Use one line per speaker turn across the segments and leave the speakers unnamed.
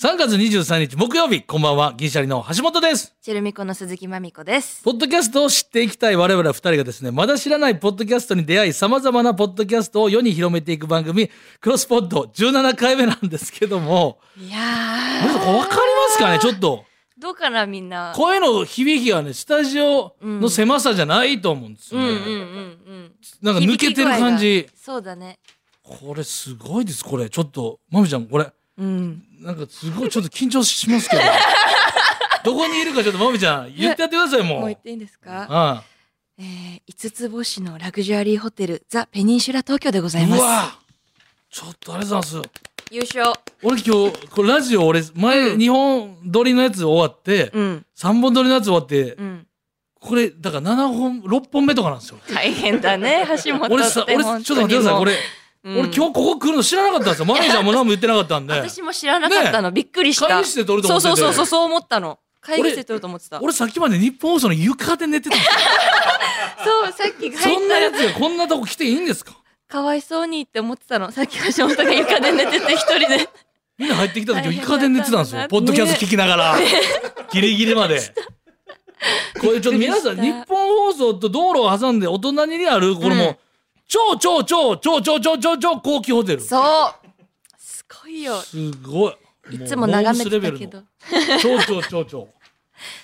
3月23日木曜日、こんばんは、銀シャリの橋本です。
チェルミコの鈴木まみこです。
ポッドキャストを知っていきたい我々2人がですね、まだ知らないポッドキャストに出会い、様々なポッドキャストを世に広めていく番組、クロスポッド17回目なんですけども、
いや
皆さんこれわかりますかねちょっと。
どうかなみんな。
声の響きがね、スタジオの狭さじゃないと思うんです
う
よ
んう
ね。
んうん
なん
う
か
ん。
抜けてる感
響
じ
き。具合が。そうだね。
これすごいです、これ。ちょっと、まみちゃん、これ。
うん。
なんかすごいちょっと緊張しますけ ど。どこにいるかちょっとまみちゃん言ってやってくださいもう。
もう
はい
言っていいんですか。えー、五つ星のラグジュアリーホテルザペニンシュラ東京でございま
う
す。
わちょっとありがとうございます。
優勝。
俺今日、これラジオ俺、前、
うん
日本撮りのやつ終わって、
うん
三本撮りのやつ終わって、
うん。
これ、だから7本、6本目とかなんですよ。
大変だね橋本っ て。
俺さ、俺、ちょっと待ってください。俺、
俺
俺今日ここ来るの知らなかったんですよ。マネージャーも何も言ってなかったんで。
私も知らなかったの。びっくりした。
会議室で撮ると思ってて
そうそうそうそう思ったの。会議室で撮ると思ってた。
俺さっきまで日本放送の床で寝てたん ですよ。
そうさっき
そ
入
ん
っ
な
た
や
ら
つがこんなとこ来ていいんですか
かわいそうにって思ってたの。さっき橋本が床で寝てて一人で。
みんな入ってきた
大
時
変
イ
だ
カで寝てたんですよ
ね
ポッドキャスト聞きながら、ギリギリ までこれちょっと皆さん
びっくり
日
した
本放送と道路を挟んでお隣にあるこれもう、
うん
超超超超超超超超高級ホテルす
そう。すごいよ。
ごい
いつも眺めてたけ
もう
ど。
モー娘レベルの超超超超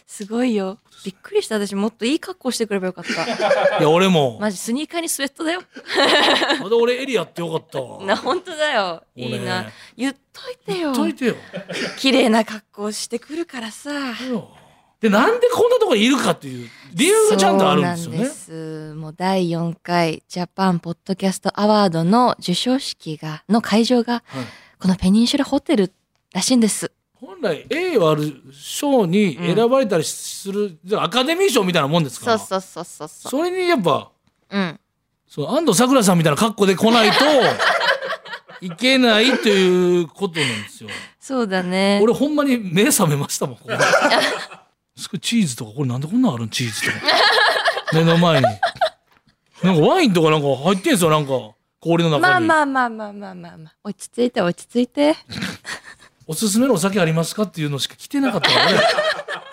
すごいよ。びっくりした。私もっといい格好してくればよ かった。
いや俺も
マジスニーカーにスウェットだよ。
まだ俺エリやってよかったわ
な、本当だよ。いい
俺
な。言っといてよ。
といてよ
綺麗な格好してくるからさ。
でなんでこんなところにいるかっていう理由がちゃんとあるんですよね
そうなんです。もう第4回ジャパンポッドキャストアワードの授賞式が、の会場が、
はい
このペニンシュラホテルらしいんです。
本来栄誉ある賞に選ばれたりする、アカデミー賞みたいなもんですか
そ
ら
うそうそうそうそう。
それにやっぱ
うん。
そう安藤サクラさんみたいな格好で来ない といけないということなんですよ
そうだね。
俺ほんまに目覚めましたもんここすごいチーズとかこれなんでこんなんあるんチーズとか目の前になんかワインとかなんか入ってんすよなんか氷の中に、
まあまあまあまあまあまあ、まあ、落ち着いて落ち着いて
おすすめのお酒ありますかっていうのしか来てなかったから ね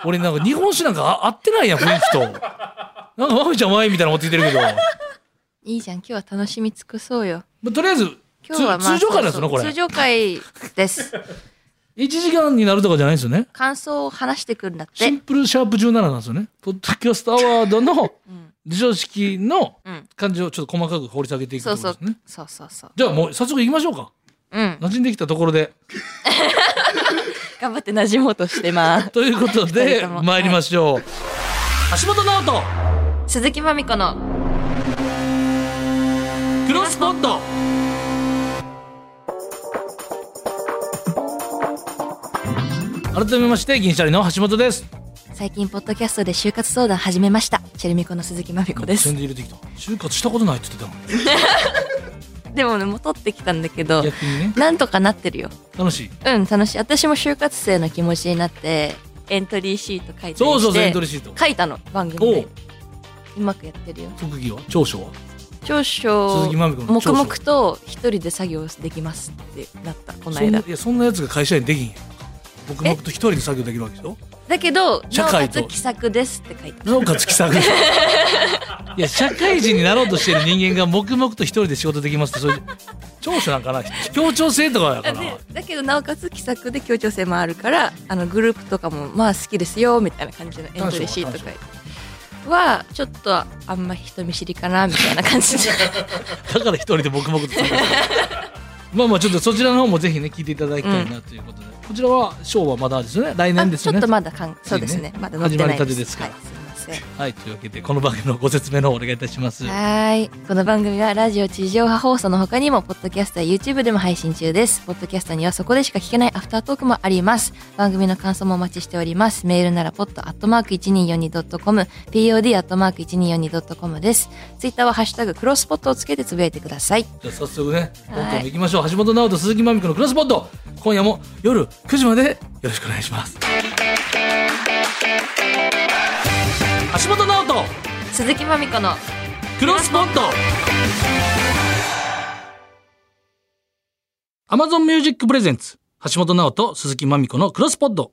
俺なんか日本酒なんかあ合ってないやん雰囲気となんかまみちゃんワインみたいなの持ってきてるけど、ま
いいじゃん今日は楽しみ尽くそうよ
あとりあえず
今日は、
つ
まあ、
通常会なんですよね
そう
こ
そう
れ
通常会です
1時間になるとかじゃないんですよね
感想を話してくるんだっ
シ
て
ンプルシャープ17なんですよねポッドキャストアワードの
うん
授賞式の
うん
感じをちょっと細かく掘り下げていくってことですね
そうそうそう
じゃあもう早速行きましょうか
うん
馴染んできたところで
頑張って馴染もうとしてます
ということ
二
で
人とも
参りましょう、橋本直人
鈴木まみこの
クロスポット改めまして銀シャリの橋本です
最近ポッドキャストで就活相談始めましたチェルミコの鈴木まみこです
宣伝入れてきた就活したことないって言ってたのに
でもねもう取ってきたんだけど
逆にね
なんとかなってるよ
楽しい
うん楽しい私も就活生の気持ちになってエントリーシート書いたりして
そうそうそうエントリーシート
書いたの番組
お
で
う
うまくやってるよ
特技は長所は
長所
鈴木まみこの
黙
長所
々と一人で作業できますってなったこ
そ
の
んな
間
いやそんなやつが会社にできんやん僕もと一人で作業できるわけでしょ
だけど「
社
なお
会
か
と
つ気さくです」って書いた
なおかつ気 さくいや社会人になろうとしてる人間が黙々と一人で仕事できますってそれ長所なんかな協調性とかやか
で
ら
だけどなおかつ気さくで協調性もあるからあのグループとかもまあ好きですよみたいな感じのエントリーシート書いてはちょっとあんま人見知りかなみたいな感じ で
だから一人で黙々と作業してるまあまあちょっとそちらの方もぜひね聞いていただきたいなということで、こちらは賞はまだですよね来
あ
年です
ち
よ
ょっ
ね
とまだかんそうです
いい
ね
ね
まだ載ってな
始
い
まりたてですから
はい、すいません
はいというわけでこの番組のご説明の方お願いいたします
はーい。この番組はラジオ地上波放送の他にも、ポッドキャストや YouTube でも配信中です。ポッドキャストにはそこでしか聞けないアフタートークもあります。番組の感想もお待ちしております。メールなら pod.1242.com、pod.1242.com です。ツイッターはハッシュタグクロスポットをつけてつぶやいてください。
じゃあ早速ね
はい
今回も行きましょう、橋本直人鈴木まみこのクロスポット今夜も夜9時までよろしくお願いします橋本直人
鈴木まみこの、
クロスポット Amazon Music Presents 橋本直人、鈴木まみこのクロスポッド。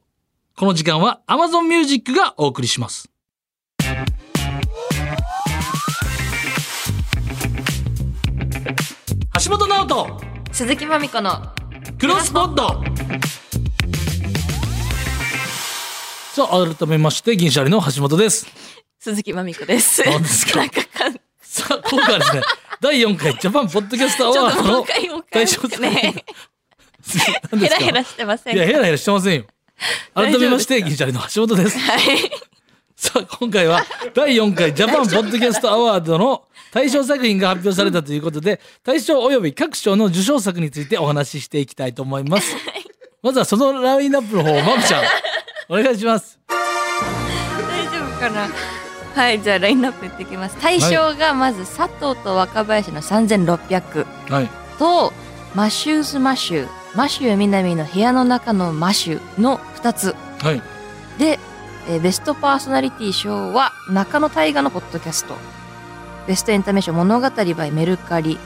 この時間は Amazon Music がお送りします。橋本直人、
鈴木まみこの
クロスポッドさあ、改めまして、銀シャリの橋本です。
鈴木まみこです。
何ですか
なんかかんち
さあ、今回はですね、 第4回ジャパンポッドキャストア
ょ
ワ
っ
ー
と
ド
もう
の
一回もう一
大
回
賞
ですね。
何
ヘ
です
ラ
か
ヘラしてません
いや、
か。
ヘラヘラしてませんよ。改めまし
大
て、銀シャリの橋本です。
はい。
さあ、今回は第4回ジャパンポッドキャストアワードの大賞作品が発表されたということで、大賞及び各賞の受賞作についてお話ししていきたいと思います。まずはそのラインナップの方、まぶちゃん、お願いします。
大丈夫かな。はい、じゃあラインナップいってきます。対象がまず佐藤と若林の三千六百
はい。
とマシューズマシュー、マシュー南の部屋の中のマシューの二つ
はい。
で、えーベストパーソナリティ賞は中野大河のポッドキャストベストエンタメ賞物語 by メルカリ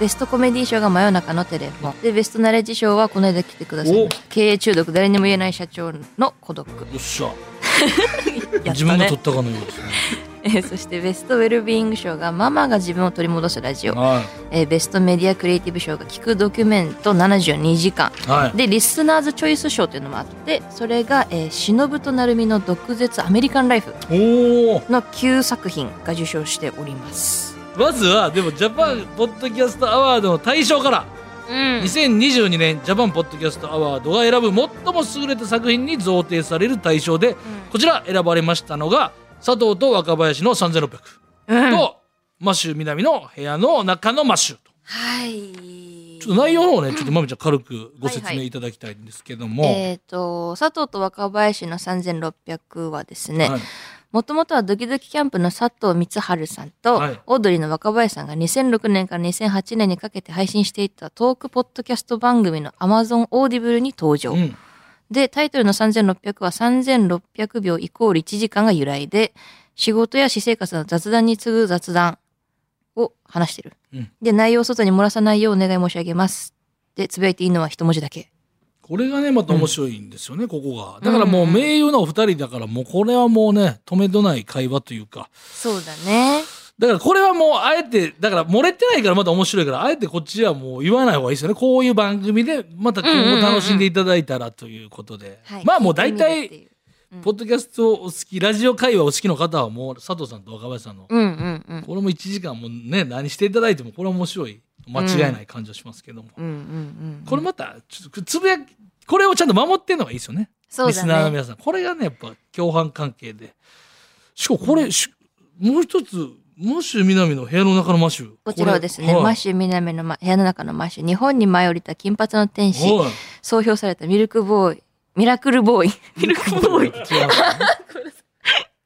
ベストコメディ賞が真夜中のテレフォンでベストナレッジ賞はこの間来てくださいました経営中毒誰にも言えない社長の孤独
よっしゃ。
やっ
自
た
分が取
ね
ったかのようですね。
えーそしてベストウェルビーイング賞がママが自分を取り戻すラジオ、
は
えーベストメディアクリエイティブ賞が聞くドキュメント72時間
い。はい。
でリスナーズチョイス賞というのもあってそれが、えー、忍と成美の毒舌アメリカンライフ
おお。
の9作品が受賞しております。
まずは、でも、ジャパンポッドキャストアワードの大賞から、
うん
2022年ジャパンポッドキャストアワードが選ぶ最も優れた作品に贈呈される大賞で、こちら選ばれましたのが佐藤と若林の3600
うんは
と、マシュー南の部屋の中のマシューと
い。
ちょっと内容の方をねちょっとまみちゃん軽くご説
はい
明
はい
いただきたいんですけども、
えっ、と佐藤と若林の3600はですね、
はい
もともとはドキドキキャンプの佐藤光晴さんと、
はい
オードリーの若林さんが2006年から2008年にかけて配信していたトークポッドキャスト番組の Amazon オーディブルに登場、
うん
で、タイトルの3600は3600秒イコール1時間が由来で、仕事や私生活の雑談に次ぐ雑談を話してる。
うん
で、内容を外に漏らさないようお願い申し上げます。で、つぶやいていいのは一文字だけ。
これがねまた面白いんですよね、ここがだからもう
うん
名誉なお二人だからもうこれはもうね止めどない会話というか
そうだね。
だからこれはもうあえてだから漏れてないからまた面白いからあえてこっちはもう言わない方がいいですよねこういう番組でまた今後楽しんでいただいたらということで、
はい、
まあもう大
聞いてみ
体
るっていう
ポッドキャストお好きラジオ会話お好きの方はもう佐藤さんと若林さんの、
うんうんうん。
これも1時間もね何していただいてもこれは面白い間違いない感じはしますけども、
うんうんうん。
これまたちょっとつぶやきこれをちゃんと守ってるのがいいですよね
そう
リス
だ
ナーの
ね。
皆さんこれがねやっぱ共犯関係でしかもこれしもう一つマシュ南の部屋の中のマシュ
こちらはですね、
はい
マッシュ南の、ま、部屋の中のマッシュ、日本に舞い降りた金髪の天使、
はい
総評されたミルクボーイ、ミラクルボーイ、ミルクボーイ、
違う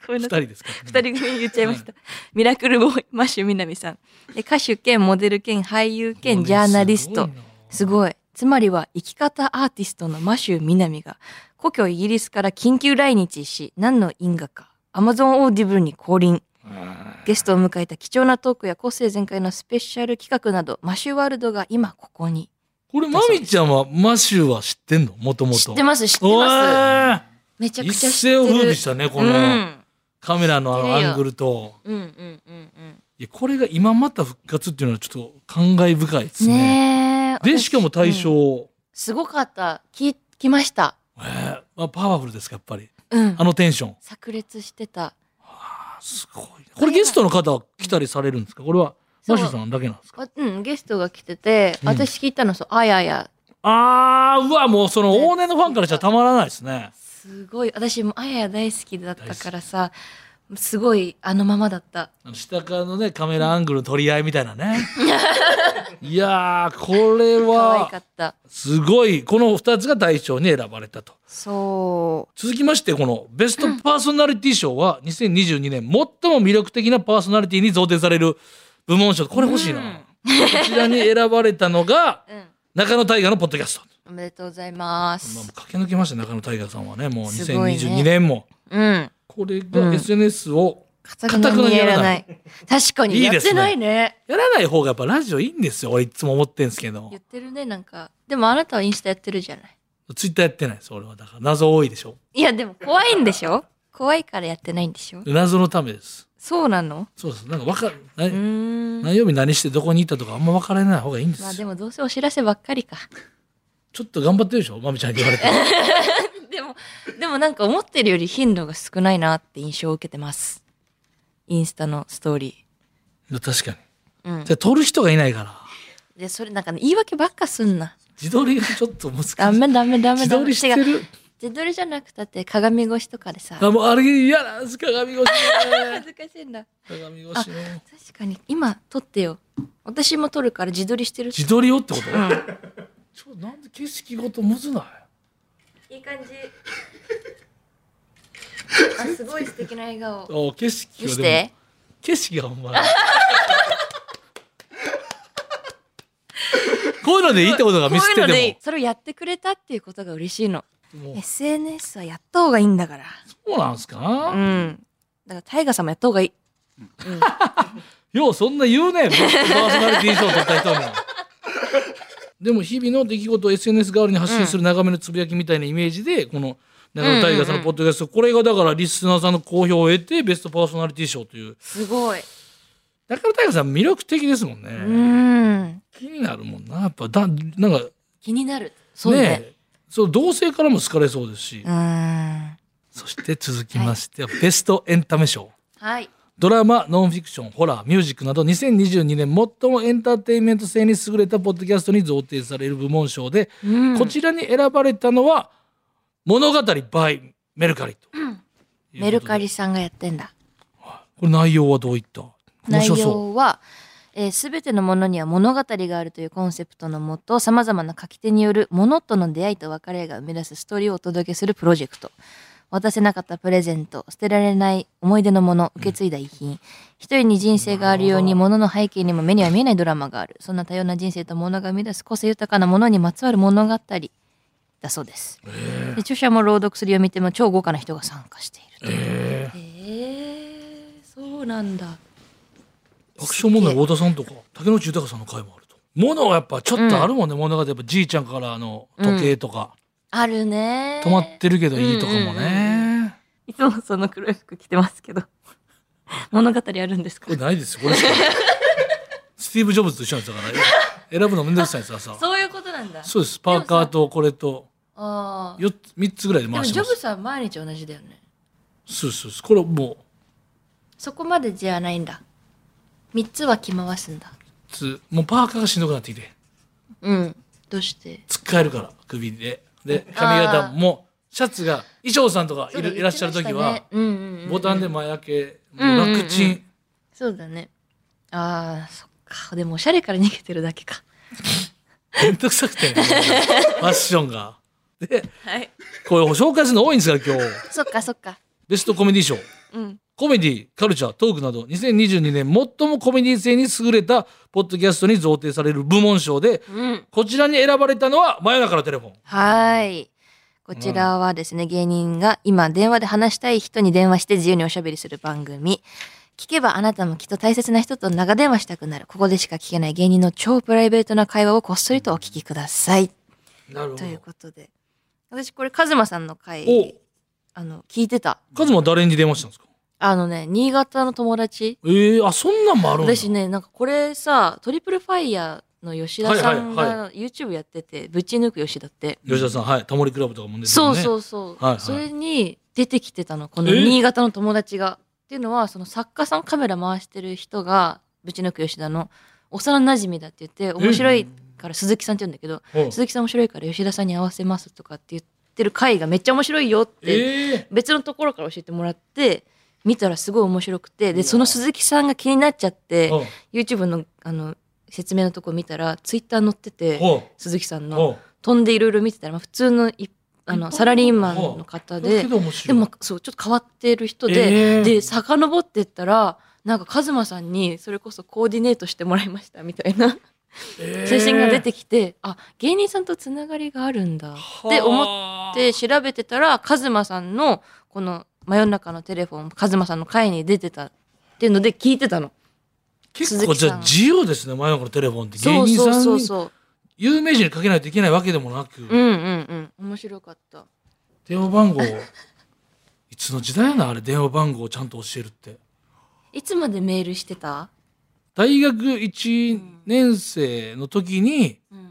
ごめん
二
なさい
人ですか
二人組に言っちゃいました。ミラクルボーイ、マッシュ南さん。で歌手兼モデル兼俳優兼ジャーナリスト。す
い
ごい。つまりは生き方アーティストのマシュ南が故郷イギリスから緊急来日し、何の因果か。アマゾンオーディブルに降臨。
な
ゲストを迎えた貴重なトークや個性全開のスペシャル企画など、マシュワールドが今ここに。
これマミちゃんはマシューは知ってんのもともと
知ってます、知って
お
ます。
ー
めちゃく
一
ちゃ知
世を
って
風靡
る
し。たねこ
うん。う
の、
ん
カメラのあの
知ってるよ
アングルと
うんうんうん
いやこれが今また復活っていうのはちょっと感慨深いで
うん。
すね
ねえ。
でしかも大
うん
賞、
すごかった。聞きました。
えーまあ、パワフルですかやっぱり
うん
あ。のテンション
炸裂してた。
あーすごいこれゲストの方は来たりされるんですかこれは
そう
マシューさんだけなんですか
あうん、ゲストが来てて、
うん
私聞いたの、そう、あやや。
あーうわもうその往年のファンからじゃたまらないですね
すごい。私もあやや大好きだったからさ、すごい、あのままだった。
あの下からのねカメラアングルの取り合いみたいな ねいやーこれ
可愛か
は
った。
すごいこの2つが大賞に選ばれたと
そ
続きましてこのベストパーソナリティ賞は2022年最も魅力的なパーソナリティに贈呈される部門賞これ欲しいな、
うん
こちらに選ばれたのが
う。うん。
中野大河のポッドキャスト
おめでとうございま
まあ
す。
駆け抜けました中野大河さんはねもう
すごいね
2022年も、
うん。
これ
う
が
ん
SNS を
かたくなにやらない。確か
い
に、
い
や
で
っ
すね
てないね。
やらない方がやっぱラジオいいんですよ俺いつも思ってんすけど
言ってるね、なんか。でもあなたはインスタやってるじゃない。
ツイッターやってないです俺はだから謎多いでしょ
いや、でも怖いんでしょ怖いからやってないんでしょ
謎のためです
そうなの
そうですなんかわかな
うーん。
何曜日何してどこに行ったとかあんま分からない方がいいんですよ、
まあでもどうせお知らせばっかりか。
ちょっと頑張ってるでしょまみちゃんに言われて
でも、でもなんか思ってるより頻度が少ないなって印象を受けてます。インスタのストーリ
確かに
ー。うん
じ。ゃあ撮る人がいないから
で、それなんかね言い訳ばっかすん な。
自撮りがちょっと難しい
ダメダメダメ
自
ダ
撮
メ。
りして
違う。
る
自撮りじゃなくたって鏡越しとかでさ。
あもうあれ嫌なんです鏡越しね
恥ずかしいんだ。
鏡越しね
確かに。今撮ってよ。私も撮るから自撮りしてる。
自撮りをってこと、
うん。
ちょっとなんで景色ごとむずない
いい感じ。あ、すごい素敵な笑顔。
お景色
見
はでも
して。
景色がほんま こういうのでいいってことが見せて
こういうのでい
で
いそれをやってくれたっていうことが嬉しいの。
ももう
SNS はやった方がいいんだから。
そうなんすか、
うん。だから、タイガさんもやった方がいい。
ようそんな言うねパーソナリティ賞取った人 もでも日々の出来事を SNS 代わりに発信する長めのつぶやきみたいなイメージでこの長野大河さんのポッドキャストこれがだからリスナーさんの好評を得てベストパーソナリティ賞という
すごい。
中野大河さん魅力的ですもんね、
うん。
気になるもんなやっぱだなんか
気になる。そうね。
えそう同性からも好かれそうですし、
うん。
そして続きましてはベストエンタメ賞
はい。
ドラマ、ノンフィクション、ホラー、ミュージックなど2022年最もエンターテインメント性に優れたポッドキャストに贈呈される部門賞で、
うん
こちらに選ばれたのは物語 by メルカリということで
メルカリさんがやってんだ。
これ内容はどういった面
内
白そ
容は、えー、全てのものには物語があるというコンセプトのもとさまざまな書き手によるものとの出会いと別れが生み出すストーリーをお届けするプロジェクト渡せなかったプレゼント捨てられない思い出のもの受け継いだ遺品、一人に人生があるように物の背景にも目には見えないドラマがあるそんな多様な人生と物が生み出す個性豊かなものにまつわる物語だそうです、で著者も朗読する読み手も超豪華な人が参加しているとええそうなんだ
うアクション問題太田さんとか竹野内豊さんの回もあると物はやっぱちょっとあるもんね、物語やっぱじいちゃんからの時計とか、
あるね
止まってるけどいいとかも
うんうんうん
ね、
いつもその黒い服着てますけど 物語あるんですか
これないですよこれし かスティーブ・ジョブズと一緒なんですだから選ぶのめんどくさいんです朝
そういうことなんだ
そうです。パーカーとこれと
あー
四つ三つぐらいで
でも
回し
ジ
ま
ョブ
す。
さん毎日同じだよね
そうそうそう。これも
そこまでじゃないんだ3つは着回すんだ
うつもうパーカーがしんどくなってきて
うんどうして
使えるから首でで髪型もシャツが衣装さんとかいるいらっしゃる時は、
そうだ言ってましたねうんうんうん
ボタンで前開け、
うんうんうん
もう楽ちん。
そうだねあーそっかでもおしゃれから逃げてるだけか
めんどくさくて、ね、ファッションが。で
はい
これ紹介するの多いんですから今日
そっかそっか
ベストコメディ賞。
うん
コメディ、カルチャー、トークなど2022年最もコメディ性に優れたポッドキャストに贈呈される部門賞で
うん
こちらに選ばれたのは真夜中のテレフォン。
はい。こちらはですね、芸人が今電話で話したい人に電話して自由におしゃべりする番組。聞けばあなたもきっと大切な人と長電話したくなる。ここでしか聞けない芸人の超プライベートな会話をこっそりとお聞きください。
なるほ
ということで。私これカズマさんの回、
お、
あの、聞いてた。
カズマ誰に電話したんですか。
あのね、新潟の友達。
ええあ、そんなんもあるんだ。
私ね、なんかこれさ、トリプルファイヤーの吉田さん
はいはい
が YouTube やってて、ぶち抜く吉田って。
吉田さん、はい、タモリクラブとかもね。。
そうそううそう、
はいはい
それに出てきてたのこの
え
新潟の友達が。っていうのはその作家さんカメラ回してる人がぶち抜く吉田の幼馴染だって言って面白いから鈴木さんって言うんだけど
はい
鈴木さん面白いから吉田さんに合わせますとかって言ってる回がめっちゃ面白いよって
ええ
別のところから教えてもらって見たらすごい面白くてでその鈴木さんが気になっちゃって
ほう
YouTube のあの説明のとこ見たら Twitter 載ってて
ほ
鈴木さん
う。
の。
ほ
飛んでいろいろ見てたら、まあ、普通のいあのサラリーマンの方
う。
で
けど面白い。
でもそうちょっと変わってる人で、
ええ
で遡ってったらなんかカズマさんにそれこそコーディネートしてもらいましたみたいな
ええ
写真が出てきて、あ芸人さんとつながりがあるんだって思っ
はあ
て調べてたらカズマさんのこの「真夜中のテレフォン」カズマさんの会に出てたっていうので聞いてたの。
結構じ
鈴
ゃ
木さ
あ
ん
自由ですね、真夜中のテレフォンって芸
そう
人
そう
さん
そう
に
そう
有名人にかけないといけないわけでもなく、
うんうんうん面白かった
電話番号いつの時代やなあれ電話番号をちゃんと教えるって
いつまでメールしてた
大学1年生の時に
うん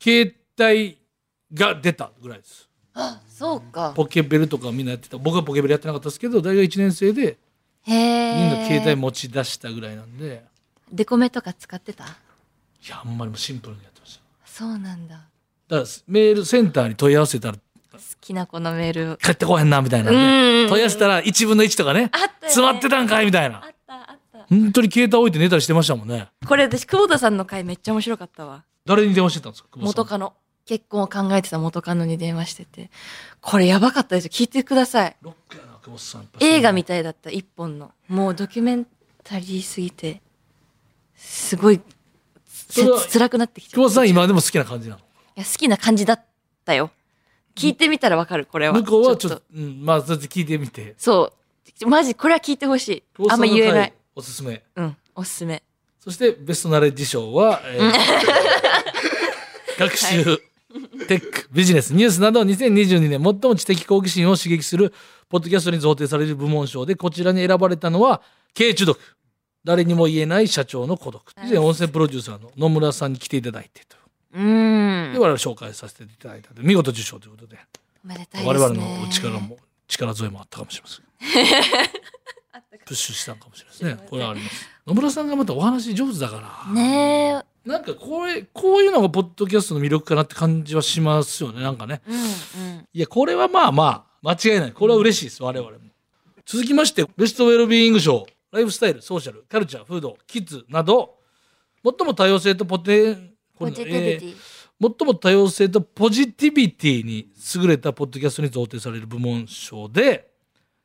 携帯が出たぐらいです
あそうか
ポケベルとかみんなやってた僕はポケベルやってなかったですけど大学1年生で
へえ
みんな携帯持ち出したぐらいなんで、
デコメとか使ってた
いやあんまりもうシンプルにやってました
そうなんだ
だからメールセンターに問い合わせたら
好きな子のメール
帰ってこへんなみたいなんで
うん
問い合わせたら1分の1とかね
あったよね
詰まってたんかいみたい
あ
な
ったあった
本当に携帯置いて寝たりしてましたもんね
これ私久保田さんの回めっちゃ面白かったわ
誰に電話してたんですか久保さ
元
ん
カノ結婚を考えてた元カノに電話しててこれやばかったですよ聞いてください
ロックやな久保さんやっぱ
映画みたいだった一本のもうドキュメンタリーすぎてすごい
それは
つ辛くなってきち
久
ゃっ
保
た
さん今でも好きな感じない
や好きな感じだったよ聞いてみたらわかるこれ
の
は
向こうはちょっとうんまあそれで聞いてみて
そうマジこれは聞いてほしい
久保さ
あ
ん
んま
の
言えない
回おすすめ
うんおすすめ
そしてベストナレッジ賞は、えー 学習、テックビジネスニュースなど2022年最も知的好奇心を刺激するポッドキャストに贈呈される部門賞でこちらに選ばれたのは経営中毒誰にも言えない社長の孤独以前温泉プロデューサーの野村さんに来ていただいてと
うー
で
ん
我々紹介させていただいたので見事受賞ということで
おめでたいです
我
ね
々のお力も力添え もあったかもしれません
あったか
プッシュしたんかもしれないですねこれはあります野村さんがまたお話上手だから
ね
なんかこれこういうのがポッドキャストの魅力かなって感じはしますよねなんかね
えうんうん
いやこれはまあまあ間違いないこれは嬉しいです我々も続きましてベストウェルビーイング賞ライフスタイルソーシャルカルチャーフードキッズなど最も多様性とポテこ
ポ
れ
ジティビ
え
テ
ー
ィ
最も多様性とポジティビティに優れたポッドキャストに贈呈される部門賞で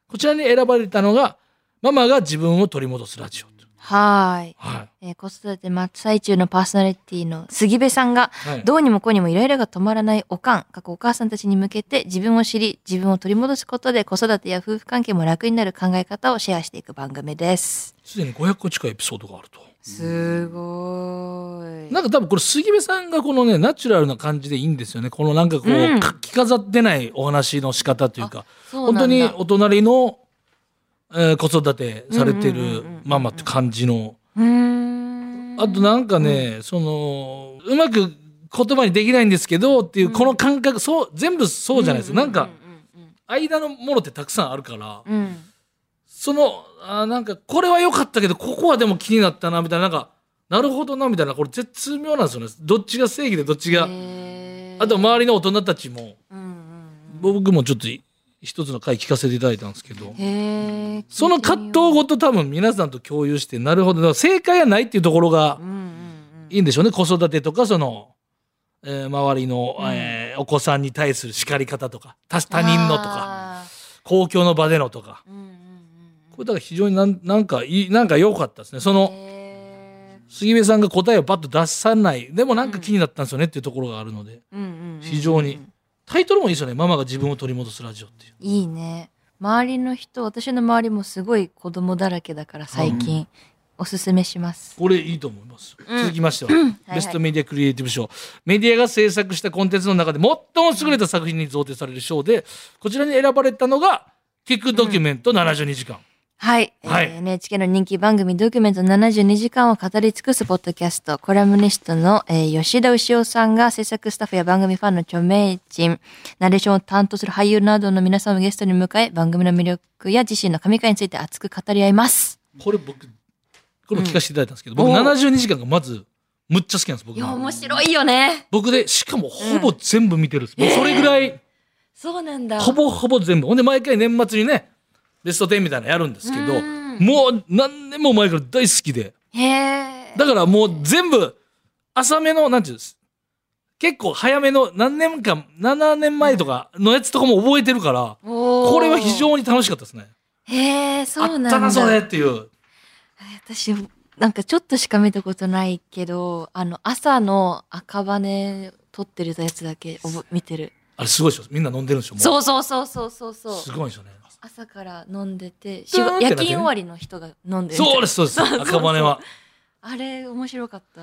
こちらに選ばれたのがママが自分を取り戻すラジオと
はーい
はい、
えー子育て真っ最中のパーソナリティの杉部さんが
はい、
どうにもこうにもイライラが止まらないおかん、過去お母さんたちに向けて自分を知り、自分を取り戻すことで子育てや夫婦関係も楽になる考え方をシェアしていく番組です。
すでに500個近いエピソードがあると。
すごい。
なんか多分これ杉部さんがこのねナチュラルな感じでいいんですよねこのなんかこう、
うん
か着飾ってないお話の仕方というか
そう
本
な
当
ん
に
だ
お隣の、えー子育てされて
うんうんう
る
んうんうん
ママって感じの
うーん
あとなんかね、そのうまく言葉にできないんですけどっていうこの感覚、そう全部そうじゃないですか、なんか間のものってたくさんあるから、
うんうんうんうん
そのあーなんかこれは良かったけどここはでも気になったなみたいななんかなるほどなみたいなこれ絶妙なんですよねどっちが正義でどっちが。
へー
あと周りの大人たちも
うんうんうん
僕もちょっと一つの回聞かせていただいたんですけど
へー
その葛藤ごと多分皆さんと共有してなるほど正解がないっていうところが
うんうん
いいんでしょうね子育てとかその、えー周りの、
うん
えーお子さんに対する叱り方とか他
うん
他人のとか
あ
公共の場でのとか
ーうんうんうんうん
これだから非常になんなんかいいなんか良かったですねその
へ
杉部さんが答えをパッと出さないでもなんか気になったんですよねっていうところがあるので
ーうんうんうんうん
非常にタイトルもいいですよね「ママが自分を取り戻すラジオ」っていう。
いいね周りの人私の周りもすごい子供だらけだから最近、おすすめします
これいいと思います、
うん
続きましては、
はい
ベストメディアクリエイティブ賞メディアが制作したコンテンツの中で最も優れた作品に贈呈される賞でこちらに選ばれたのが「聞くドキュメント72時間」
はい、
はい
えー NHK の人気番組「ドキュメント72時間」を語り尽くすポッドキャストコラムニストの、えー吉田牛雄さんが制作スタッフや番組ファンの著名人ナレーションを担当する俳優などの皆さんをゲストに迎え番組の魅力や自身の神回について熱く語り合います
これ僕これも聞かせていただいたんですけど、僕
うんおー
72時間がまずむっちゃ好きなんです
い
僕
や面白
い
いよね
僕でしかもほぼ全部見てるんです、もうそれぐらい、
そうなんだ
ほぼほぼ全部ほんで毎回年末にねベスト10みたいなのやるんですけど、
うん
もう何年も前から大好きで。
へえ
だからもう全部浅めのなんていうんです結構早めの何年か7年前とかのやつとかも覚えてるからこ
こ
れは非常に楽しかったですね。
へえそうなんだ
あったなそれっていう。
私なんかちょっとしか見たことないけどあの朝の赤羽撮ってるやつだけおぼ見てる
あれすごいでしょみんな飲んでるんでしょも
そうそうそうそうそうそう
すごいでしょね。
朝から飲んでて
ず
仕
ーっ
事
てなって
夜
ね
勤終わりの人が飲んでる
そうですそうです
そうそうそう
赤羽は。
あれ面白かった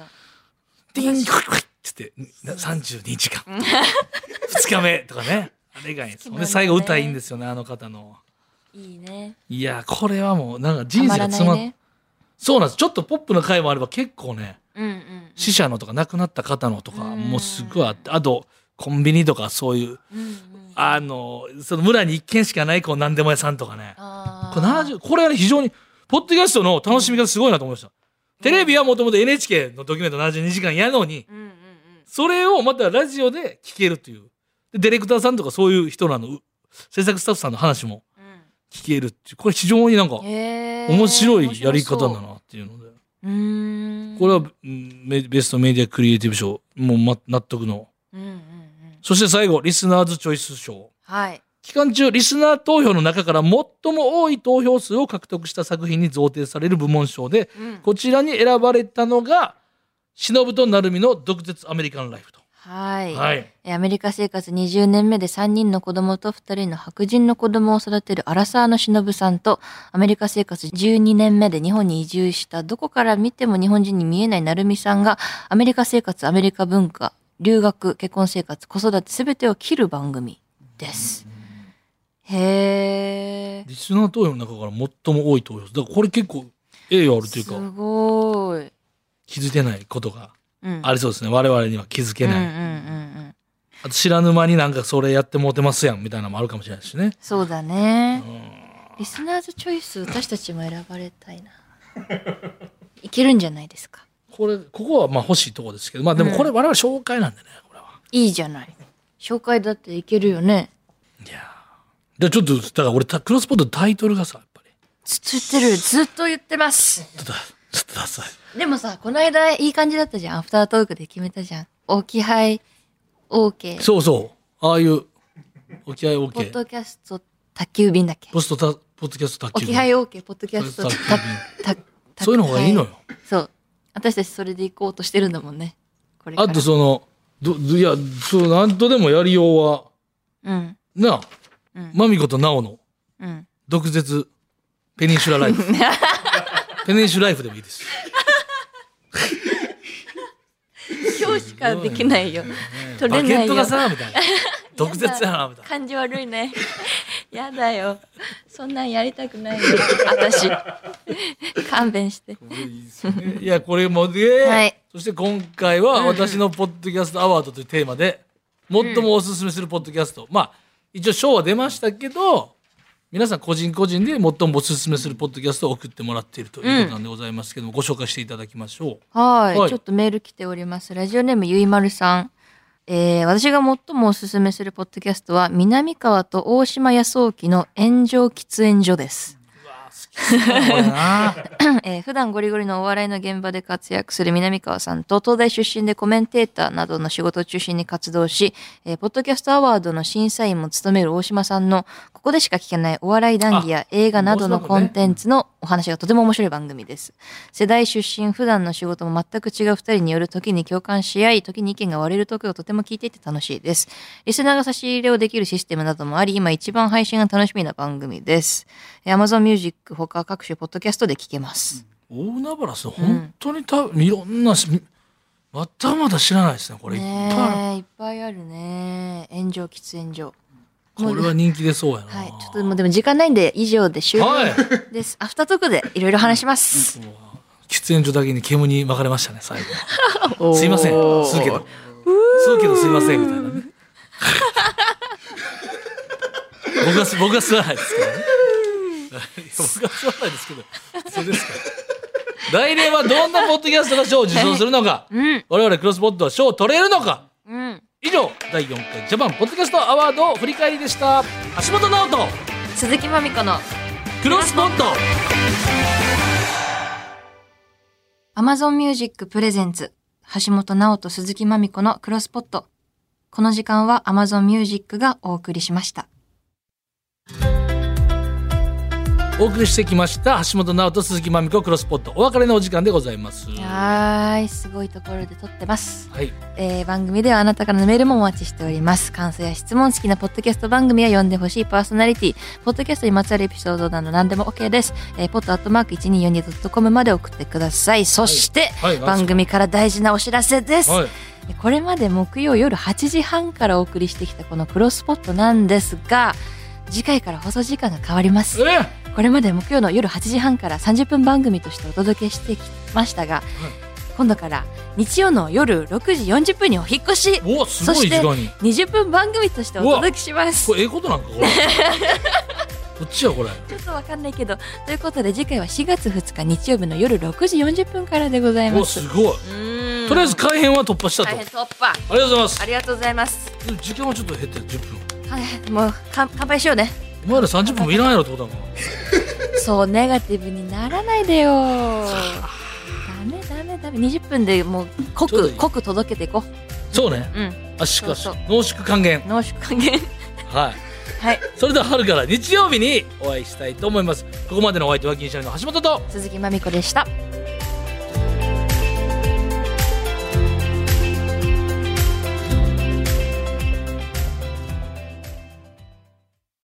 ディンクリッつってな32時間 2日目とかねあれがいいです
好きなんだね
で最後歌いいんですよねあの方の
いいね
いやーこれはもうなんか人生
たま
が
らな
詰ま
い
っ
ね
そうなんですちょっとポップの回もあれば結構ね
うんうんうん
死者のとか亡くなった方のとか
うん
もうすごいあってあとコンビニとかそういう
うんうん
あのその村に一軒しかないこう何でも屋さんとかね
あー
これ70これはね非常にポッドキャストの楽しみ方すごいなと思いましたテレビはもともと NHK のドキュメント72時間やのに
うんうんうん
それをまたラジオで聞けるというでディレクターさんとかそういう人らのう制作スタッフさんの話も聞けるっていうこれ非常になんか
うんへー
面白いやり方だ
面白そう
なっていうので、
うーん
これはうんメベストメディアクリエイティブ賞もう、ま、納得の
うんうんうん
そして最後リスナーズチョイス賞
はい
期間中リスナー投票の中から最も多い投票数を獲得した作品に贈呈される部門賞で
うん
こちらに選ばれたのが忍と成海の毒舌アメリカンライフと、
はい
はい
えーアメリカ生活20年目で3人の子供と2人の白人の子供を育てるアラサーの忍さんと、アメリカ生活12年目で日本に移住した、どこから見ても日本人に見えない成美さんが、アメリカ生活、アメリカ文化、留学、結婚生活、子育て、すべてを切る番組です。へー。
リスナー投票の中から最も多い投票数だからこれ結構栄誉あるという
す
か
ごーい。
気づいてないことが
うん。
ありそうですね我々には気づけない、
うんうんうんうん。
あと知らぬ間になんかそれやってもうてますやんみたいなのもあるかもしれないしね
そうだね。
うん
リスナーズチョイス、私たちも選ばれたい な。いけるんじゃないですか。
これここはまあ欲しいとこですけどまあでもこれ我々紹介なんでねこれはい
いじゃない。紹介だっていけるよね。
いやーでちょっとだから俺たクロスポットのタイトルがさやっぱり
ずっと言ってる。ずっと言ってます。
ちょっとちょっとダサい
でもさ、この間いい感じだったじゃん。アフタートークで決めたじゃん。置き配 OK。
そうそうああいう置き合い
ポッ
OK
ドキャスト宅急便だっけ。
ポストタポッドキャスト卓球
置き配 OK、ポッドキャスト
卓球
たたた
そういうの方がいいのよ。
そう。私たちそれで行こうとしてるんだもんね。これから。
あとそのどどいやそうなんとでもやりようは
うん。
なあ
うん。
マミコとナオの
うん。
毒舌ペニンシュラ ライフペニンシュライフでもいいです
今日しかできないよ。取
バ
れ
ケ
な
ッ
い
ト
よ。
がさみたいな毒舌やなみたいな
感じ悪いね。 やだよ。そんなんやりたくないよ。 私。勘弁して。
いやこれもで、
はい
そして今回は私のポッドキャストアワードというテーマで最もおすすめするポッドキャスト、まあ一応賞は出ましたけど皆さん個人個人で最もおすすめするポッドキャストを送ってもらっているということなんでございますけども、ご紹介していただきましょう。
はい,、
はい
ちょっとメール来ております。ラジオネームゆいまるさん。えー私が最もおすすめするポッドキャストは、南川と大島康沖の炎上喫煙所です。
うわー好きそうだな
えー普段ゴリゴリのお笑いの現場で活躍する南川さんと、東大出身でコメンテーターなどの仕事を中心に活動し、えーポッドキャストアワードの審査員も務める大島さんの、ここでしか聞けないお笑い談義や映画などのコンテンツのお話がとても面白い番組です。世代出身、普段の仕事も全く違う二人による時に共感し合い、時に意見が割れる時をとても聞いていて楽しいです。リスナーが差し入れをできるシステムなどもあり、今一番配信が楽しみな番組です。えー Amazon Music 他各種ポッドキャストで聞けます。
大海原さん本当にた、いろんなしまたまだ知らないですねこれいっぱいある、
ねえいっぱいあるね。炎上喫煙所。
これは人気出そうやな、
はい、ちょっともうでも時間ないんで以上で終了
はい
です。アフタートークでいろいろ話します。
喫煙所だけに煙に巻かれましたね最後 すいません吸うけど吸うけどすいませんみたいなね僕は 吸僕は吸わないですけどね僕は吸わないですけど普通ですから来年はどんなポッドキャストが賞を受賞するのか、
うん
我々クロスポッドは賞を取れるのか
うん。
以上第4回ジャパンポッドキャストアワードを振り返りでした橋本直人
鈴木まみこの
クロスポッド
Amazon Music プレゼンツ橋本直人鈴木まみこのクロスポット。この時間は Amazon Music がお送りしました。
お送りしてきました橋本直人鈴木まみ子クロスポットお別れのお時間でございます
はーい、すごいところで撮ってます。
はい
えー番組ではあなたからのメールもお待ちしております。感想や質問、好きなポッドキャスト番組や読んでほしいパーソナリティ、ポッドキャストにまつわるエピソードなど何でも OK です。えー、ポッドアットマーク 1242.com まで送ってください。そして、
はいはい
番組から大事なお知らせです。
はい
これまで木曜夜8時半からお送りしてきたこのクロスポットなんですが次回から放送時間が変わります
え
これまで木曜の夜8時半から30分番組としてお届けしてきましたが、今度から日曜の夜6時40分にお引っ越し
おすごい時間に
20分番組としてお届けします
これええことなんか これこっちよこれ
ちょっとわかんないけどということで次回は4月2日日曜日の夜6時40分からでございま
お
す
すごいとりあえず改編は突破したとあ
大
り
変突破
がとうございます
ありがとうございます
時間はちょっと減ってる10分
はいもう乾乾杯しようね
お前ら30分もいらんやろってことだもん
そうネガティブにならないでよダメダメダメ20分でもう濃
ちょうど
く
いい
濃く届けていこ
そうね
ううん
圧縮圧
そう
縮
そ
濃縮還元
濃 縮還元
はい
はい
それでは春から日曜日にお会いしたいと思いますここまでのお相手は銀シャリの橋本と
鈴木まみこでした